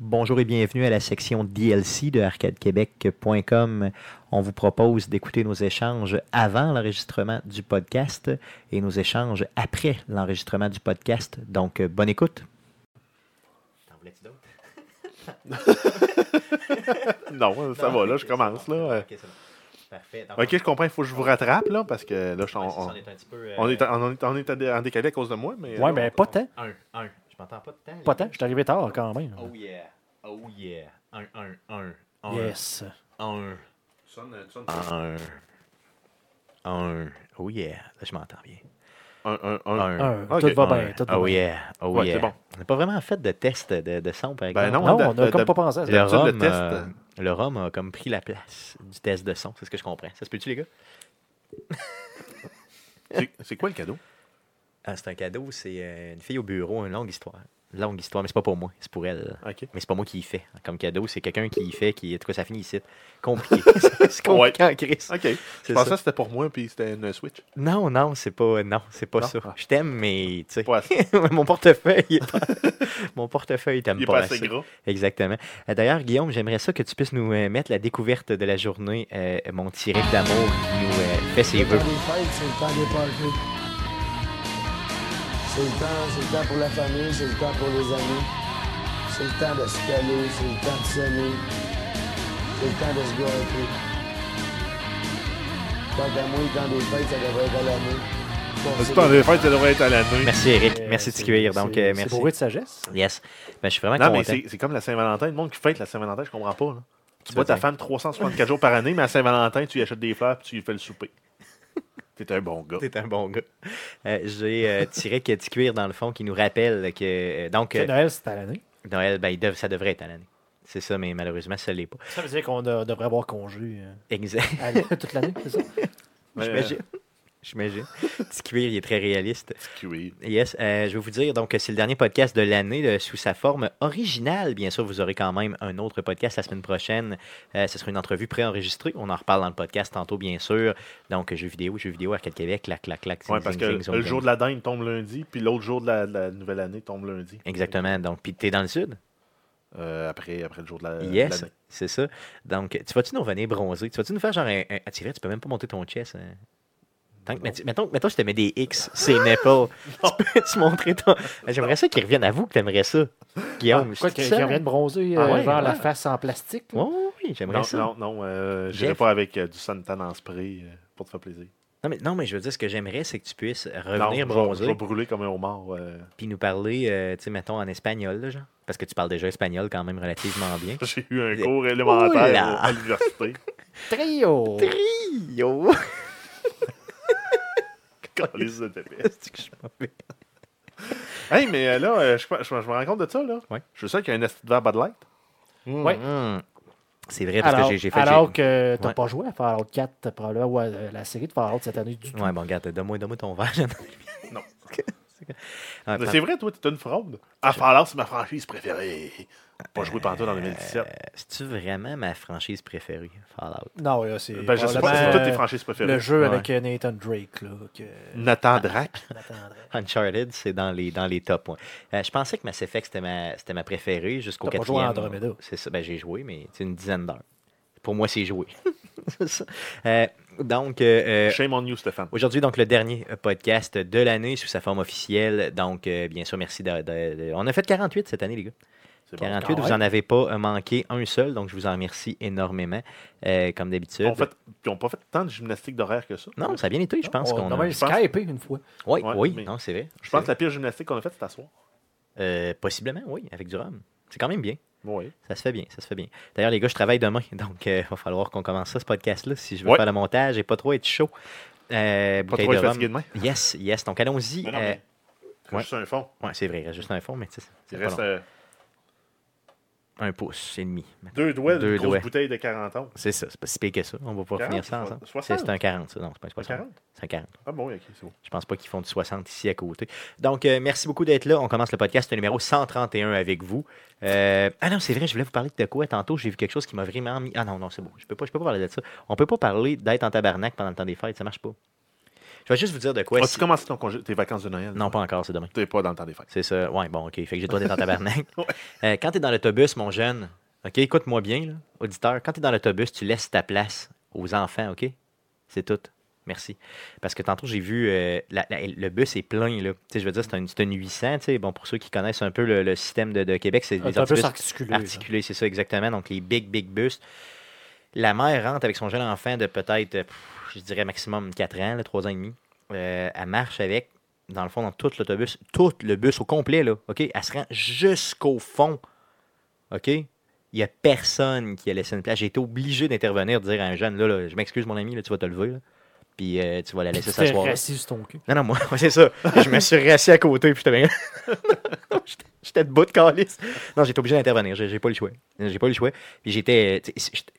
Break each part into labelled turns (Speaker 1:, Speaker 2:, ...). Speaker 1: Bonjour et bienvenue à la section DLC de arcadequebec.com. On vous propose d'écouter nos échanges avant l'enregistrement du podcast et nos échanges après l'enregistrement du podcast. Donc, euh, bonne écoute. T'en voulais-tu d'autres?
Speaker 2: non, ça va, là, je commence.
Speaker 1: c'est bon.
Speaker 2: Là.
Speaker 1: Ok, c'est bon. Parfait. Donc,
Speaker 2: Ok, je comprends, il faut que je vous rattrape, là, parce que là, je suis
Speaker 1: on,
Speaker 2: en-
Speaker 1: ouais, c'est ça, on
Speaker 2: on,
Speaker 1: est un petit peu. euh,
Speaker 2: on est, en- on est- on est en- en décalé à cause de moi, mais...
Speaker 3: Ouais, mais pas tant.
Speaker 1: Un, un. Je m'entends pas de temps.
Speaker 3: Pas
Speaker 1: les gars.
Speaker 3: tant. Je suis arrivé tard quand même.
Speaker 1: Oh yeah. Oh yeah. Un, un, un. Un.
Speaker 3: Yes.
Speaker 1: Un.
Speaker 2: Ah,
Speaker 1: Un. Un. Oh yeah. Là, je m'entends bien.
Speaker 2: Un, un, un.
Speaker 1: Un.
Speaker 3: Un.
Speaker 2: Ok.
Speaker 3: Tout va
Speaker 1: Un.
Speaker 3: bien. Tout va
Speaker 1: oh
Speaker 3: bien.
Speaker 1: yeah. Oh
Speaker 2: Ouais,
Speaker 1: yeah.
Speaker 2: c'est bon.
Speaker 1: On n'a pas vraiment fait de test de, de son, par
Speaker 2: Ben
Speaker 1: exemple.
Speaker 2: non,
Speaker 3: Non,
Speaker 2: de-
Speaker 3: on n'a
Speaker 2: de-
Speaker 3: comme
Speaker 2: de-
Speaker 3: pas pensé à ça.
Speaker 1: Le
Speaker 2: d'habitude,
Speaker 1: rhum,
Speaker 2: le test,
Speaker 1: euh,
Speaker 2: euh,
Speaker 1: le rhum a comme pris la place du test de son. C'est ce que je comprends. Ça se peut-tu, les gars?
Speaker 2: C'est- C'est quoi le cadeau?
Speaker 1: Ah, c'est un cadeau. C'est euh, une fille au bureau. Une longue histoire. Longue histoire, mais c'est pas pour moi. C'est pour elle.
Speaker 2: Ok.
Speaker 1: Mais c'est pas moi qui y fait. Comme cadeau, c'est quelqu'un qui y fait. Qui, en tout cas, ça finit ici. Compliqué. c'est
Speaker 2: Ouais.
Speaker 1: compliqué en crise.
Speaker 2: Ok. Je
Speaker 1: C'est
Speaker 2: pensais
Speaker 1: ça.
Speaker 2: que c'était pour moi, puis c'était une Switch.
Speaker 1: Non, non, c'est pas, non, c'est pas
Speaker 2: Non?
Speaker 1: ça.
Speaker 2: Ah.
Speaker 1: Je t'aime, mais tu sais,
Speaker 2: Pas assez-
Speaker 1: mon portefeuille, il est pas- mon portefeuille
Speaker 2: Il
Speaker 1: t'aime
Speaker 2: est
Speaker 1: pas,
Speaker 2: pas assez
Speaker 1: assez.
Speaker 2: gras.
Speaker 1: Exactement. Euh, D'ailleurs, Guillaume, j'aimerais ça que tu puisses nous euh, mettre la découverte de la journée, euh, mon petit rec d'amour qui nous euh, fait ses
Speaker 4: Le temps
Speaker 1: vœux.
Speaker 4: des fêtes, c'est le temps des parties. C'est le temps, c'est le temps pour la famille, c'est le temps pour les amis. C'est le temps de se caler, c'est le temps de s'aimer. C'est le temps de se gâter. Quant à moi, le temps des fêtes, ça devrait être à l'année. Bon,
Speaker 2: Le
Speaker 4: c'est
Speaker 2: temps
Speaker 4: le-
Speaker 2: des fêtes, ça devrait être à l'année.
Speaker 1: Merci, Eric.
Speaker 3: Euh,
Speaker 1: Merci de
Speaker 3: c'est-
Speaker 1: t'accueillir. Donc,
Speaker 3: c'est-
Speaker 1: euh,
Speaker 3: C'est
Speaker 1: merci.
Speaker 3: bourré de sagesse.
Speaker 1: Yes. Ben, je suis vraiment
Speaker 2: Non, mais
Speaker 1: content.
Speaker 2: c'est c'est comme la Saint-Valentin. Le monde qui fête la Saint-Valentin, je comprends pas. là. Tu
Speaker 1: Tu
Speaker 2: vois
Speaker 1: veux
Speaker 2: ta
Speaker 1: dire.
Speaker 2: femme 364 jours par année, mais à Saint-Valentin, tu lui achètes des fleurs, puis tu lui fais le souper. T'es un bon gars.
Speaker 1: T'es un bon gars. Euh, J'ai euh, tiré que du cuir dans le fond qui nous rappelle que euh, donc
Speaker 3: Que
Speaker 1: euh,
Speaker 3: Noël, c'est à l'année.
Speaker 1: Noël, ben, il dev- ça devrait être à l'année. C'est ça, mais malheureusement, ça l'est pas.
Speaker 3: Ça veut dire qu'on a- devrait avoir congé euh,
Speaker 1: Exact.
Speaker 3: à l- toute l'année, c'est ça?
Speaker 2: Ouais,
Speaker 1: J'imagine. J'imagine. Petit cuir, il est très réaliste.
Speaker 2: Petit cuir.
Speaker 1: Yes, euh, je vais vous dire, donc, c'est le dernier podcast de l'année euh, sous sa forme originale. Bien sûr, vous aurez quand même un autre podcast la semaine prochaine. Euh, ce sera une entrevue préenregistrée. On en reparle dans le podcast tantôt, bien sûr. Donc, jeux vidéo, jeux vidéo, Arcade Québec, clac, clac, clac.
Speaker 2: Ouais,
Speaker 1: zing,
Speaker 2: parce
Speaker 1: zing,
Speaker 2: que
Speaker 1: zing, zong,
Speaker 2: le
Speaker 1: zing.
Speaker 2: jour de la dinde tombe lundi, puis l'autre jour de la, de la nouvelle année tombe lundi.
Speaker 1: Exactement. Donc, puis t'es dans le sud?
Speaker 2: Euh, après, après le jour de la de
Speaker 1: yes,
Speaker 2: l'année.
Speaker 1: c'est ça. Donc, tu vas-tu nous revenir bronzer? Tu vas-tu nous faire genre un... un... Ah, tu verrais, tu peux même pas monter ton chest. hein. Tant que, metti- mettons, mettons, je te mets des X, c'est nipple. tu peux-tu montrer ton. J'aimerais ça qu'ils reviennent à vous que t'aimerais ça.
Speaker 2: Ah,
Speaker 1: Guillaume,
Speaker 3: Quoi
Speaker 1: c'est
Speaker 3: qu'il
Speaker 1: ça?
Speaker 3: vient de bronzer
Speaker 1: Ah
Speaker 3: euh,
Speaker 1: ouais,
Speaker 3: vers la
Speaker 1: ouais.
Speaker 3: face en plastique. là.
Speaker 1: Ouais, ouais, oui, j'aimerais
Speaker 2: Non,
Speaker 1: ça. Non.
Speaker 2: non, non, euh, j'irai
Speaker 1: Jeff?
Speaker 2: pas avec euh, du santan en spray euh, pour te faire plaisir.
Speaker 1: mais, non, mais je veux dire, ce que j'aimerais, c'est que tu puisses
Speaker 2: Non, je
Speaker 1: revenir
Speaker 2: vais-
Speaker 1: bronzer
Speaker 2: Je vais brûler comme un homard. euh,
Speaker 1: puis nous parler, euh, tu sais, mettons, en espagnol, là, genre. Parce que tu parles déjà espagnol quand même relativement bien.
Speaker 2: J'ai eu un
Speaker 1: Et-
Speaker 2: cours élémentaire
Speaker 1: Oula!
Speaker 2: au- à l'université.
Speaker 3: Trio!
Speaker 1: Trio!
Speaker 2: Câlisse de tapis.
Speaker 1: C'est que je suis mauvais.
Speaker 2: hey, mais euh, là, euh, je, je- je me rends compte de ça, là.
Speaker 1: Ouais.
Speaker 2: Je suis sûr qu'il y a un esti de verre Bud Light.
Speaker 3: Ouais.
Speaker 1: Mhm. C'est vrai, parce
Speaker 3: Alors,
Speaker 1: que j'ai- j'ai fait.
Speaker 3: alors que t'as
Speaker 1: Ouais.
Speaker 3: pas joué à Fallout 4, t'as probablement, ou à euh, la série de Fallout cette année du tout.
Speaker 1: Ouais, bon, regarde, donne-moi donne-moi ton verre. j'en ai-
Speaker 2: Non.
Speaker 1: Ouais,
Speaker 2: Mais
Speaker 1: prends-
Speaker 2: c'est vrai, toi, t'es une fraude. Ah, Fallout, c'est ma franchise préférée. Pas joué pantoute en 2017.
Speaker 1: Euh, C'est-tu vraiment ma franchise préférée, Fallout?
Speaker 3: Non, là, c'est.
Speaker 2: ben, je sais pas, c'est
Speaker 3: probablement,
Speaker 2: toutes tes
Speaker 3: euh,
Speaker 2: franchises préférées.
Speaker 3: Le jeu
Speaker 1: Ouais.
Speaker 3: avec euh, Nathan Drake, là, que
Speaker 2: Nathan Drac.
Speaker 3: j'attendrais.
Speaker 1: Uncharted, c'est dans les, dans les tops. ouais. Euh, je pensais que Mass Effect, c'était ma, c'était ma préférée jusqu'au
Speaker 3: T'as pas
Speaker 1: quatrième.
Speaker 3: joué à Andromeda.
Speaker 1: C'est ça, ben, j'ai joué, mais c'est une dizaine d'heures. Pour moi, c'est joué. C'est ça. Euh, donc, euh, euh,
Speaker 2: Shame on you, Stéphane.
Speaker 1: Aujourd'hui, donc, le dernier euh, podcast de l'année sous sa forme officielle. Donc, euh, bien sûr, merci. de- de- de- On a fait 48 cette année, les gars.
Speaker 2: C'est bon. Ah
Speaker 1: 48,
Speaker 3: quand
Speaker 1: vous
Speaker 3: même.
Speaker 1: n'en avez pas euh, manqué un seul, donc je vous en remercie énormément, euh, comme d'habitude.
Speaker 2: On fait- Ah, Ils n'ont pas fait tant de gymnastique d'horaire que ça.
Speaker 1: Non, ça a bien été, je pense
Speaker 3: On-
Speaker 1: qu'on
Speaker 3: on a
Speaker 1: a...
Speaker 3: même
Speaker 2: je pense-
Speaker 3: Skypé une fois.
Speaker 1: Oui,
Speaker 2: Ouais,
Speaker 1: oui,
Speaker 2: mais-
Speaker 1: non, c'est vrai.
Speaker 2: Je
Speaker 1: c'est
Speaker 2: pense que
Speaker 1: vrai.
Speaker 2: la pire gymnastique qu'on a faite, c'est à soir.
Speaker 1: Euh, possiblement, oui, avec du rhum. C'est quand même bien.
Speaker 2: Oui.
Speaker 1: Ça se fait bien, ça se fait bien. D'ailleurs, les gars, je travaille demain, donc il va falloir qu'on commence ça, ce podcast-là, si je veux
Speaker 2: Ouais.
Speaker 1: faire le montage et pas trop être chaud. Euh,
Speaker 2: Pas
Speaker 1: bouteille
Speaker 2: trop
Speaker 1: de
Speaker 2: être
Speaker 1: rhum.
Speaker 2: fatigué demain.
Speaker 1: Yes, yes. Donc, allons-y.
Speaker 2: Mais non,
Speaker 1: euh,
Speaker 2: mais- C'est
Speaker 1: ouais.
Speaker 2: Juste un fond.
Speaker 1: ouais, c'est vrai, il reste juste un fond, mais tu sais, c'est
Speaker 2: Il
Speaker 1: pas
Speaker 2: reste
Speaker 1: long.
Speaker 2: euh,
Speaker 1: un pouce et demi.
Speaker 2: deux doigts
Speaker 1: Deux
Speaker 2: d'une grosse
Speaker 1: doigts.
Speaker 2: bouteille de 40 ans.
Speaker 1: C'est ça, c'est pas si pire que ça. On va pas
Speaker 2: 40,
Speaker 1: finir ça
Speaker 2: so-
Speaker 1: ensemble. C'est
Speaker 2: 60?
Speaker 1: c'est un 40, ça. Non, c'est pas un 60.
Speaker 2: 40?
Speaker 1: C'est un 40.
Speaker 2: Ah bon, oui, ok, c'est bon.
Speaker 1: Je pense pas qu'ils font du 60 ici à côté. Donc, euh, merci beaucoup d'être là. On commence le podcast numéro 131 avec vous. Euh, ah non, c'est vrai, je voulais vous parler de quoi tantôt. J'ai vu quelque chose qui m'a vraiment mis. Ah non, non, c'est bon. Je peux pas, je peux pas parler de ça. On peut pas parler d'être en tabarnak pendant le temps des fêtes. Ça marche pas. Je vais juste vous dire de quoi.
Speaker 2: As-tu
Speaker 1: si-
Speaker 2: commencé ton congé- tes vacances de Noël?
Speaker 1: Non, pas encore, c'est demain.
Speaker 2: T'es pas dans le temps des fêtes.
Speaker 1: C'est ça. Ouais, bon, OK. Fait que j'ai toi d'être en tabarnak.
Speaker 2: Ouais.
Speaker 1: Euh, quand tu es dans l'autobus, mon jeune, OK, écoute-moi bien, là, auditeur. Quand tu es dans l'autobus, tu laisses ta place aux enfants, OK? C'est tout. Merci. Parce que tantôt, j'ai vu, euh, la- la- le bus est plein, là. Tu sais, je veux dire, c'est un, c'est un 800, tu sais. Bon, pour ceux qui connaissent un peu le, le système de, de Québec, c'est des
Speaker 3: Un peu
Speaker 1: autobus
Speaker 3: articulé.
Speaker 1: articulés, c'est ça, exactement. Donc, les big, big bus. La mère rentre avec son jeune enfant de peut-être, euh, pff, je dirais, maximum 4 ans, là, 3 ans et demi. Euh, elle marche avec, dans le fond, dans tout l'autobus, tout le bus au complet, là, OK? Elle se rend jusqu'au fond, OK? Il n'y a personne qui a laissé une place. J'ai été obligé d'intervenir, de dire à un jeune, là, là, je m'excuse, mon ami, là, tu vas te lever, là, puis euh, tu vas la laisser
Speaker 3: Tu t'es
Speaker 1: s'asseoir. là.
Speaker 3: rassis sur ton cul.
Speaker 1: Non, non, moi, moi, c'est ça. Je me suis rassis à côté, puis j'étais bien. Non, j'étais- J'étais debout de calice. Non, j'étais obligé d'intervenir. J'ai j'ai pas le choix. J'ai pas le choix. Puis j'étais. tu sais, j'étais-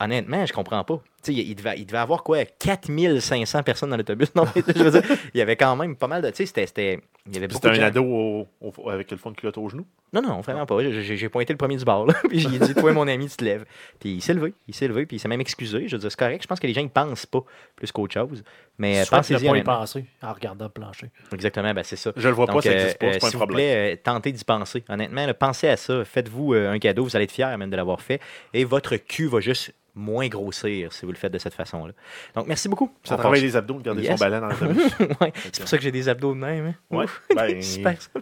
Speaker 1: Honnêtement, je comprends pas. Tu sais, il, il devait, il devait avoir quoi 4500 personnes dans l'autobus. Non, mais je veux dire, il y avait quand même pas mal de. Tu sais, c'était- c'était. Il y avait
Speaker 2: Puis
Speaker 1: beaucoup
Speaker 2: C'était
Speaker 1: de gens.
Speaker 2: un ado au- au- avec le fond de culotte au genou.
Speaker 1: Non, non, vraiment pas. J'ai- J'ai j'ai pointé le premier du bar, là. Puis j'ai dit, toi, mon ami, tu te lèves. Puis il s'est levé. Il s'est levé. Puis il s'est même excusé. Je veux dire, c'est correct. Je pense que les gens, ils pensent pas plus qu'autre chose. Mais euh,
Speaker 3: Je pense
Speaker 1: pensez-y.
Speaker 3: qu'il pas y
Speaker 1: honnêtement.
Speaker 3: penser en regardant le plancher.
Speaker 1: Exactement, ben, c'est ça.
Speaker 2: Je le vois pas,
Speaker 1: Donc,
Speaker 2: ça
Speaker 1: euh,
Speaker 2: existe
Speaker 1: euh,
Speaker 2: pas, c'est pas un
Speaker 1: S'il vous
Speaker 2: problème.
Speaker 1: plaît, euh, tentez d'y penser. Honnêtement, là, pensez à ça. Faites-vous euh, un cadeau. Vous allez être fier même de l'avoir fait. Et votre cul va juste moins grossir si vous le faites de cette façon-là. Donc, merci beaucoup.
Speaker 2: Ça
Speaker 1: On
Speaker 2: travaille
Speaker 1: passe-
Speaker 2: les abdos, de garder
Speaker 1: Yes.
Speaker 2: son balai dans l'autobus.
Speaker 1: Ouais, C'est pour ça que j'ai des abdos de même. hein.
Speaker 2: Ouais.
Speaker 1: Ouf,
Speaker 2: Ben,
Speaker 1: Super. ça.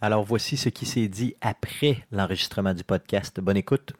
Speaker 1: Alors, voici ce qui s'est dit après l'enregistrement du podcast. Bonne écoute.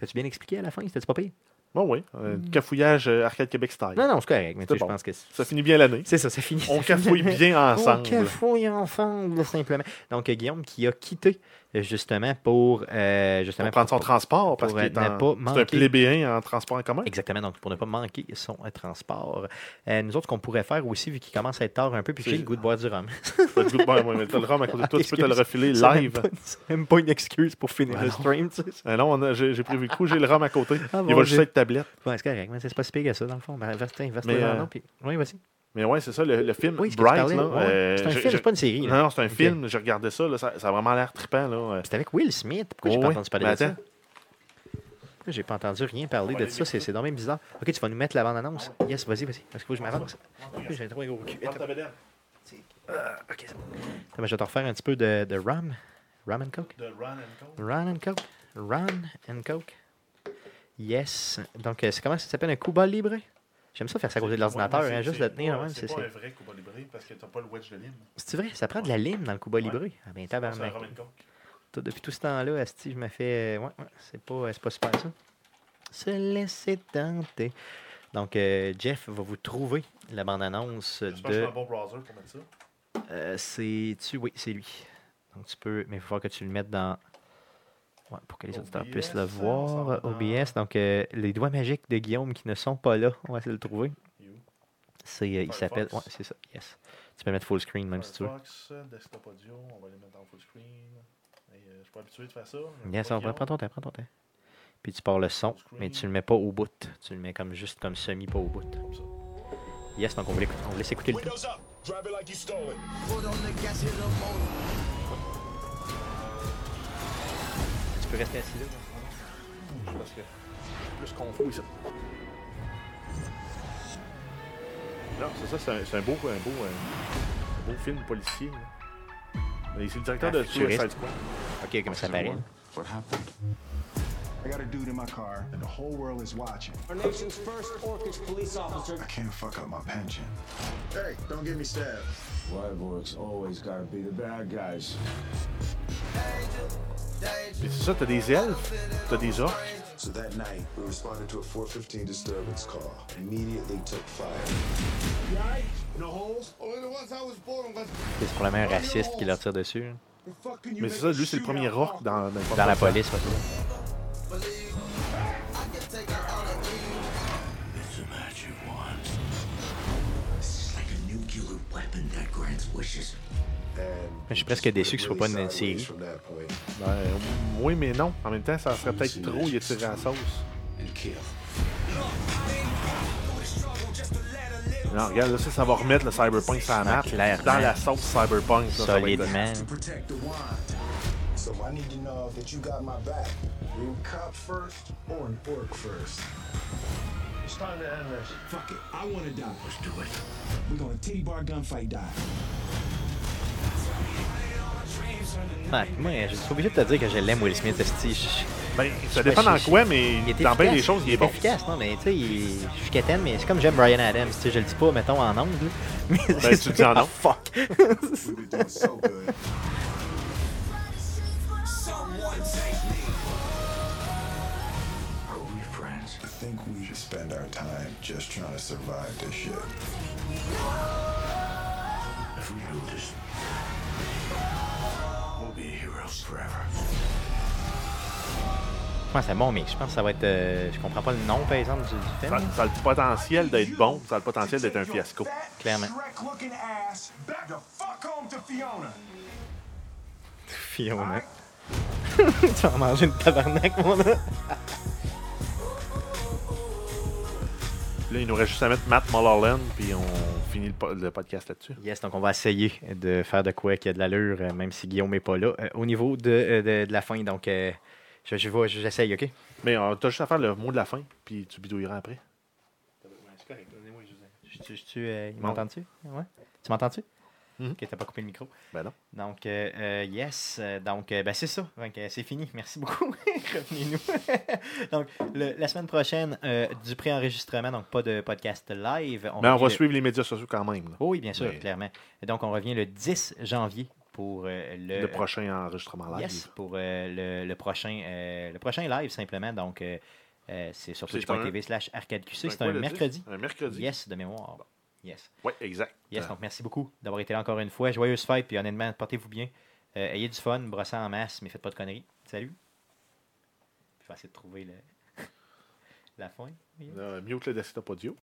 Speaker 1: As-tu bien expliqué à la fin? C'était-tu pas pire?
Speaker 2: Bon, oui. Euh, Cafouillage euh, Arcade Québec style.
Speaker 1: Mm. Non, non, c'est correct. Mais tu
Speaker 2: C'est
Speaker 1: sais,
Speaker 2: bon.
Speaker 1: je pense que c'est-
Speaker 2: Ça finit bien l'année.
Speaker 1: c'est ça, c'est fini.
Speaker 2: On
Speaker 1: Ça finit.
Speaker 2: cafouille bien
Speaker 1: On
Speaker 2: ensemble.
Speaker 1: cafouille ensemble, simplement. Donc, euh, Guillaume qui a quitté, euh, justement, pour. euh, justement,
Speaker 2: On prend son
Speaker 1: pour-
Speaker 2: transport parce
Speaker 1: pour,
Speaker 2: qu'il
Speaker 1: euh,
Speaker 2: est
Speaker 1: ne
Speaker 2: en-
Speaker 1: pas
Speaker 2: C'est un
Speaker 1: manquer.
Speaker 2: plébéien en transport en commun.
Speaker 1: Exactement, donc pour ne pas manquer son euh, transport. Euh, nous autres, ce qu'on pourrait faire aussi, vu qu'il commence à être tard un peu, puis que j'ai
Speaker 2: C'est-
Speaker 1: le goût de boire du rhum.
Speaker 2: T'as le goût de- Bon, ouais, mais t'as le rhum à côté de toi, tu peux te le
Speaker 1: Excuse.
Speaker 2: refiler
Speaker 1: C'est même
Speaker 2: live.
Speaker 1: pas une- c'est même pas une excuse pour finir
Speaker 2: Ouais,
Speaker 1: le
Speaker 2: non.
Speaker 1: stream, tu sais.
Speaker 2: Ah non, on a- j'ai j'ai prévu le coup, j'ai le rhum à côté.
Speaker 1: Ah,
Speaker 2: Il
Speaker 1: bon,
Speaker 2: va juste
Speaker 1: j'ai-
Speaker 2: être tablette.
Speaker 1: Ouais, c'est correct, mais c'est pas si pire que ça, dans le fond. Ben, Veste-toi
Speaker 2: Mais,
Speaker 1: dans le
Speaker 2: euh,
Speaker 1: nom, puis. Oui, vas-y.
Speaker 2: Mais ouais, c'est ça, le, le film
Speaker 1: Oui, ce que tu
Speaker 2: Bright.
Speaker 1: parlais,
Speaker 2: là,
Speaker 1: ouais.
Speaker 2: euh,
Speaker 1: c'est un
Speaker 2: j'ai-
Speaker 1: film,
Speaker 2: j'ai-
Speaker 1: c'est pas une série. là.
Speaker 2: Non, non, c'est un
Speaker 1: Ok.
Speaker 2: film. J'ai regardé ça, là, ça, ça a vraiment l'air trippant. Là. euh.
Speaker 1: C'était avec Will Smith. Pourquoi j'ai
Speaker 2: Oh,
Speaker 1: pas
Speaker 2: oui.
Speaker 1: entendu parler
Speaker 2: Mais
Speaker 1: de ça?
Speaker 2: attends.
Speaker 1: Pourquoi J'ai pas entendu rien parler
Speaker 2: On va
Speaker 1: de
Speaker 2: aller
Speaker 1: ça. C'est c'est donc même bizarre. Ok, tu vas nous mettre la bande-annonce. Yes, vas-y, vas-y. Parce qu'il faut que je m'avance. J'ai trop un gros cul. Attends, Ah,
Speaker 2: De
Speaker 1: ok, c'est bon. Attends, mais Je vais te refaire un petit peu de, de rum. Rum and coke.
Speaker 2: Ron
Speaker 1: Rum and coke. Rum and coke. Yes. Donc, euh, c'est comment ça s'appelle un coup bas libre? J'aime ça faire ça à côté de l'ordinateur, hein, juste de tenir. ouais, c'est- c'est-
Speaker 2: vrai Cuba Libre parce que t'as pas le wedge de lime.
Speaker 1: C'est-tu vrai? Ça prend de la lime dans le coup bas libre. Ah ben, tabarnak. Tout- Depuis tout ce temps-là, Asti, je me fais. euh, Ouais, ouais, c'est pas, c'est pas super ça. Se laisser tenter. Donc, euh, Jeff va vous trouver la bande-annonce de.
Speaker 2: bon browser pour mettre ça.
Speaker 1: euh, C'est-tu Oui, c'est lui. Donc, tu peux. Mais il faut falloir que tu le mettes dans. Ouais, pour que les auditeurs
Speaker 2: OBS,
Speaker 1: puissent le
Speaker 2: on s'en va
Speaker 1: voir.
Speaker 2: dans-
Speaker 1: OBS. Donc, euh, les doigts magiques de Guillaume qui ne sont pas là. On va essayer de le trouver.
Speaker 2: Il est où?
Speaker 1: C'est, euh, il
Speaker 2: Firefox.
Speaker 1: s'appelle. Ouais, c'est ça. Yes. Tu peux le mettre full screen même si tu veux.
Speaker 2: Firefox, euh, desktop audio, on va les mettre en full screen. Et, euh, je suis pas habitué de faire ça.
Speaker 1: Yes, on va prends ton temps, prends ton temps. Puis tu pars le son, mais tu le mets pas au bout. Tu le mets comme juste comme semi pas au bout.
Speaker 2: ça.
Speaker 1: Yes, donc on voulait- on vous laisse écouter le tout.
Speaker 5: Windows up. Drive it like you stole it.
Speaker 1: Tu peux rester assis là.
Speaker 2: Parce que je suis plus confus ici. Non, c'est ça, c'est un, c'est un beau, un beau, euh, un beau film policier. là. Mais c'est le directeur
Speaker 1: Ah,
Speaker 2: de
Speaker 1: futuriste.
Speaker 2: Suicide Squad.
Speaker 1: Ok, comme ça paraît.
Speaker 6: What happened? I got a dude in my car, and the whole world is watching.
Speaker 7: Our nation's first Orcish police officer.
Speaker 6: I can't fuck up my pension. Hey, don't get me stabbed.
Speaker 4: Ryborgs always gotta be the bad guys.
Speaker 2: Mais c'est ça, t'as des elfes, t'as des orques.
Speaker 6: So that night, we responded to a 415 disturbance call. Immediately took fire.
Speaker 5: No holes? Only the ones I was born with.
Speaker 1: C'est probablement un raciste qui leur tire dessus. là.
Speaker 5: Fucking you
Speaker 2: Mais c'est ça, lui, c'est le premier orc dans, dans,
Speaker 1: Dans la police, ouais, c'est
Speaker 6: And
Speaker 1: Je suis presque déçu que ce soit pas une
Speaker 6: sideways
Speaker 1: série.
Speaker 6: from that point.
Speaker 2: Ben, oui, mais non. En même temps, ça serait peut-être trop, il est tiré à la sauce. Non, regarde, là, ça, ça va remettre le cyberpunk sur la
Speaker 1: Ah,
Speaker 2: map.
Speaker 1: clairement.
Speaker 2: Dans la sauce cyberpunk. ça, ça va être-
Speaker 1: solidement.
Speaker 6: So I need to know that you got my back. Are you a cop first or an orc first?
Speaker 5: It's time to end this.
Speaker 6: Fuck it. I want to die.
Speaker 5: Let's do it.
Speaker 6: We're going to T-Bar gunfight die.
Speaker 1: Ouais, puis Ah, moi, je suis obligé de te dire que je l'aime, Will Smith. esti. Je-
Speaker 2: Ben, ça
Speaker 1: je-
Speaker 2: dépend dans
Speaker 1: je-
Speaker 2: quoi, mais
Speaker 1: il est
Speaker 2: dans bien
Speaker 1: efficace.
Speaker 2: des choses, il est bon.
Speaker 1: efficace, non, mais tu sais, il- je suis quétaine, mais c'est comme j'aime Brian Adams. Tu sais, je le dis pas, mettons, en ondes. là. Mais
Speaker 2: Ben, tu le dis en
Speaker 1: Ah,
Speaker 2: ondes.
Speaker 1: fuck.
Speaker 6: We've been doing so good.
Speaker 5: Are we friends?
Speaker 6: I think we should spend our time just trying to survive this shit.
Speaker 5: If we do this, we'll be heroes forever.
Speaker 1: Je pense à bon, mais je pense que ça va être. euh, je comprends pas le nom, par exemple, du, du film.
Speaker 2: Ça, ça a le potentiel d'être bon, ça a le potentiel d'être un fiasco.
Speaker 1: Clairement.
Speaker 5: Shrek-looking ass back the fuck home to Fiona.
Speaker 1: Fiona. tu vas en manger une tabarnak, mon gars.
Speaker 2: Là, il nous reste juste à mettre Matt Mullerland, puis on finit le, po- le podcast là-dessus.
Speaker 1: Yes, donc on va essayer de faire de quoi qui a de l'allure, euh, même si Guillaume n'est pas là. Euh, au niveau de, euh, de, de la fin, donc euh, je, je vais- j'essaye, OK?
Speaker 2: Mais euh, t'as juste à faire le mot de la fin, puis tu bidouilleras après. C'est correct, donnez-moi
Speaker 1: Je, tu- je- tu, euh, il
Speaker 2: Bon.
Speaker 1: m'entends-tu? Ouais. Tu m'entends-tu?
Speaker 2: Mhm.
Speaker 1: Ok, t'as pas coupé le micro.
Speaker 2: Ben non.
Speaker 1: Donc, euh, euh, yes. euh, Donc, euh, ben, c'est ça. Donc, euh, c'est fini. Merci beaucoup. Revenez-nous. donc, le- la semaine prochaine, euh, du pré-enregistrement, donc pas de podcast live.
Speaker 2: Mais Ben, on
Speaker 1: revient
Speaker 2: va
Speaker 1: le-
Speaker 2: suivre les médias sociaux quand même. là.
Speaker 1: Oh oui, bien sûr,
Speaker 2: Mais-
Speaker 1: clairement. Et Donc, on revient le 10 janvier pour euh, le,
Speaker 2: Le prochain enregistrement live.
Speaker 1: Yes, pour euh, le, le prochain, euh, le prochain live, simplement. Donc, euh, euh, c'est sur
Speaker 2: C'est
Speaker 1: twitch.tv slash arcadeqc. C'est
Speaker 2: quoi,
Speaker 1: un
Speaker 2: le 10?
Speaker 1: mercredi.
Speaker 2: Un mercredi.
Speaker 1: Yes, de mémoire. Yes.
Speaker 2: Oui, exact. Euh,
Speaker 1: Yes, donc merci beaucoup d'avoir été là encore une fois. Joyeuse fête, puis honnêtement, portez-vous bien. Euh, ayez du fun, brossez en masse, mais faites pas de conneries. Salut. Je vais essayer de trouver le... la fin.
Speaker 2: Euh, mieux que le desktop audio.